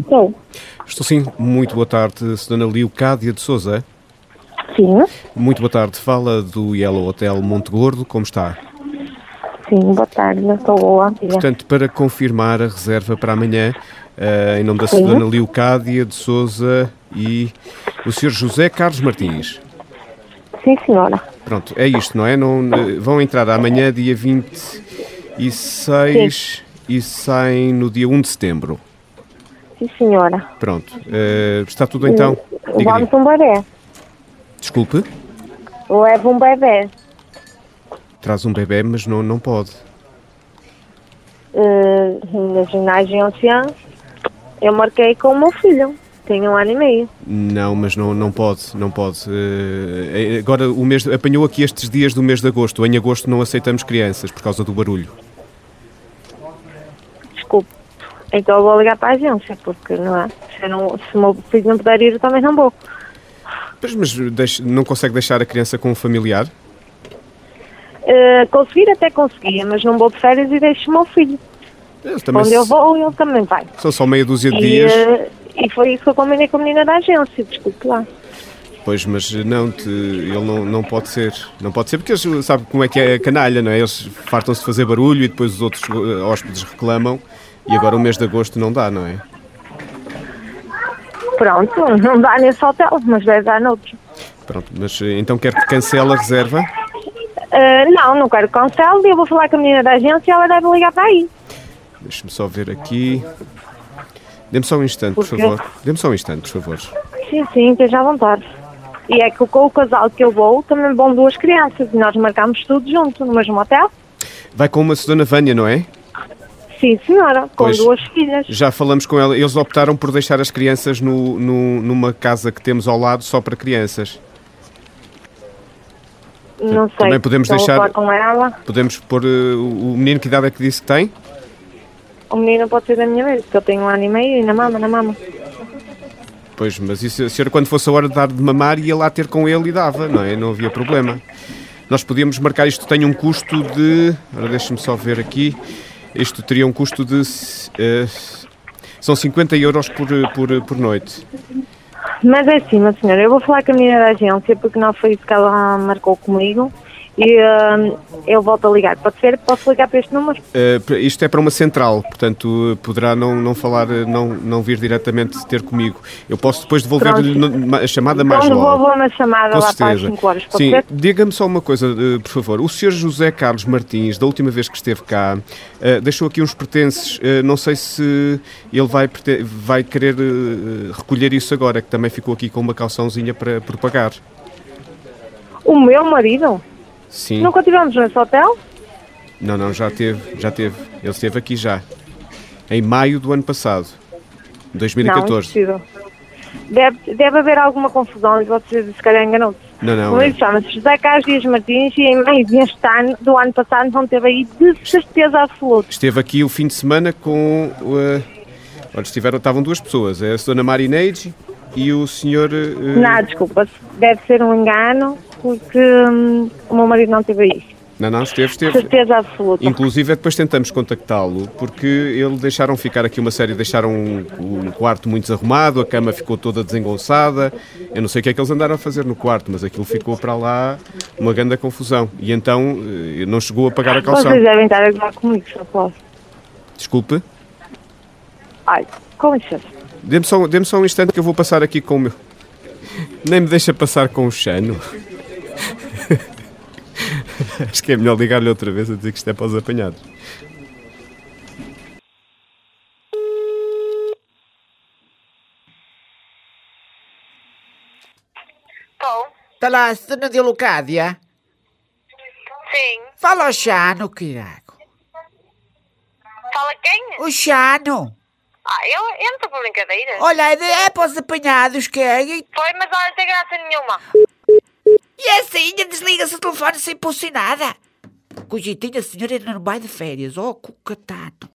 Estou. Estou sim. Muito boa tarde, Senhora Liu Cádia de Souza. Sim, Muito boa tarde. Fala do Yellow Hotel Monte Gordo. Como está? sim, boa tarde, estou boa. Diga. Portanto, para confirmar a reserva para amanhã, eh, em nome da Sim. Sedona Leocádia de Souza e o Sr. José Carlos Martins. Então- Sim, senhora. Pronto, é isto, não é? Não, eh, vão entrar amanhã, dia 26, e saem no dia 1 de setembro. Sim, senhora. Pronto, eh, está tudo então? Diga, Vamos diga. um bebê. Desculpe, Levo um bebê. traz um bebê, mas não, não pode. Eh, na ginásio em Oceã, eu marquei com o meu filho. Tenho um ano e meio. Não, mas não, não pode, não pode. Eh, eh, agora, o mês, apanhou aqui estes dias do mês de agosto. Em agosto não aceitamos crianças por causa do barulho. Desculpe. Então eu vou ligar para a agência, porque não é? Se, eu não, se o meu filho não puder ir, eu também não vou. Pois, mas deixe- não consegue deixar a criança com um familiar? Eh, conseguir até conseguia, mas não vou de férias e deixo o meu filho. Eles também Onde eu vou, ele também vai. São só meia dúzia de E, dias. eh, e foi isso que eu combinei com a menina da agência, desculpe lá. Pois, mas não, te- ele não, não pode ser. Não pode ser porque eles sabem como é que é a canalha, não é? Eles fartam-se de fazer barulho e depois os outros eh, hóspedes reclamam. E agora o mês de agosto não dá, não é? Pronto, não dá nesse hotel, mas deve dar noutro. Pronto, mas eh, então quer que cancele a reserva? Eh, não, não quero cancelo, eu vou falar com a menina da agência e ela deve ligar para aí. Deixa-me só ver aqui. Dê-me só um instante, por Por quê? favor. Dê-me só um instante, por favor. Sim, sim, esteja à vontade. E é que com o casal que eu vou também vão duas crianças e nós marcámos tudo junto no mesmo hotel. Vai com uma Sedona Vânia, não é? Sim, senhora, com Pois. duas filhas. Já falamos com ela. Eles optaram por deixar as crianças no, no- numa casa que temos ao lado só para crianças. Não sei. Também podemos então vou deixar- falar com ela. Podemos pôr eh, o o menino que idade é que disse que tem? O menino pode ser da minha vez, porque eu tenho um ano e meio e na mama, na mama. Pois, mas isso, a senhora, quando fosse a hora de dar de mamar, ia lá ter com ele e dava, não é? Não havia problema. Nós podíamos marcar isto, tem um custo de. Ora, deixa-me só ver aqui. Isto teria um custo de. eh, são 50 euros por, por, por noite. Mas é assim, minha senhora, eu vou falar com a menina da agência porque não foi isso que ela marcou comigo e hum, eu volto a ligar. Pode ser? Posso ligar para este número? Eh, pra- isto é para uma central, portanto, eh, poderá não, não falar, eh, não, não vir diretamente ter comigo. Eu posso depois devolver-lhe Pronto. Então no- ma- a chamada mais Quando vou, logo. vou na chamada Com lá para as certeza. 5 horas, pode Sim, ser? diga-me só uma coisa, eh, por favor. O Sr. José Carlos Martins, da última vez que esteve cá, eh, deixou aqui uns pertences. eh, Não sei se ele vai, prete- vai querer eh, recolher isso agora, que também ficou aqui com uma calçãozinha para por pagar. O meu marido? Sim. Nunca tivemos nesse hotel? Não, não, já teve, já teve. Ele esteve aqui já. Em maio do ano passado. Não, 2014. impossível. Deve, deve haver alguma confusão e vocês se calhar enganou-se. Não, não. Como é- ele chama-se José Carlos Dias Martins e em maio deste ano, do ano passado, não teve aí de certeza absoluta. Esteve aqui o fim de semana com. Uh, olha, estiveram, estavam duas pessoas, É a Sra. Marineide e o Sr. eh, Não, desculpa, deve ser um engano porque hum, o meu marido não teve aí. não, não, esteve, esteve. Certeza absoluta. Inclusive, é depois tentamos contactá-lo, porque ele deixaram ficar aqui uma série, deixaram um, um quarto muito desarrumado, a cama ficou toda desengonçada. Eu não sei o que é que eles andaram a fazer no quarto, mas aquilo ficou para lá uma grande confusão. E então eh, não chegou a pagar a calção. Vocês devem estar a gozar comigo, só posso. Desculpe. Ai, com licença. Dê-me só, dê só um instante que eu vou passar aqui com o meu. Nem me deixa passar com o Chano. Acho que é melhor ligar-lhe outra vez a dizer que isto é para os apanhados. Estou. Está lá a Senhora de Lucádia? Sim. Fala ao Xano, Quirago. Fala quem? O Xano. Ah, eu entro por brincadeira. Olha, é, de, é para os apanhados que é. E Foi, mas olha, não tem graça nenhuma. e é assim, ainda desliga-se o é telefone sem pulsar nada. Cogitinha, a senhora ainda não vai de férias. Oh, cucatano.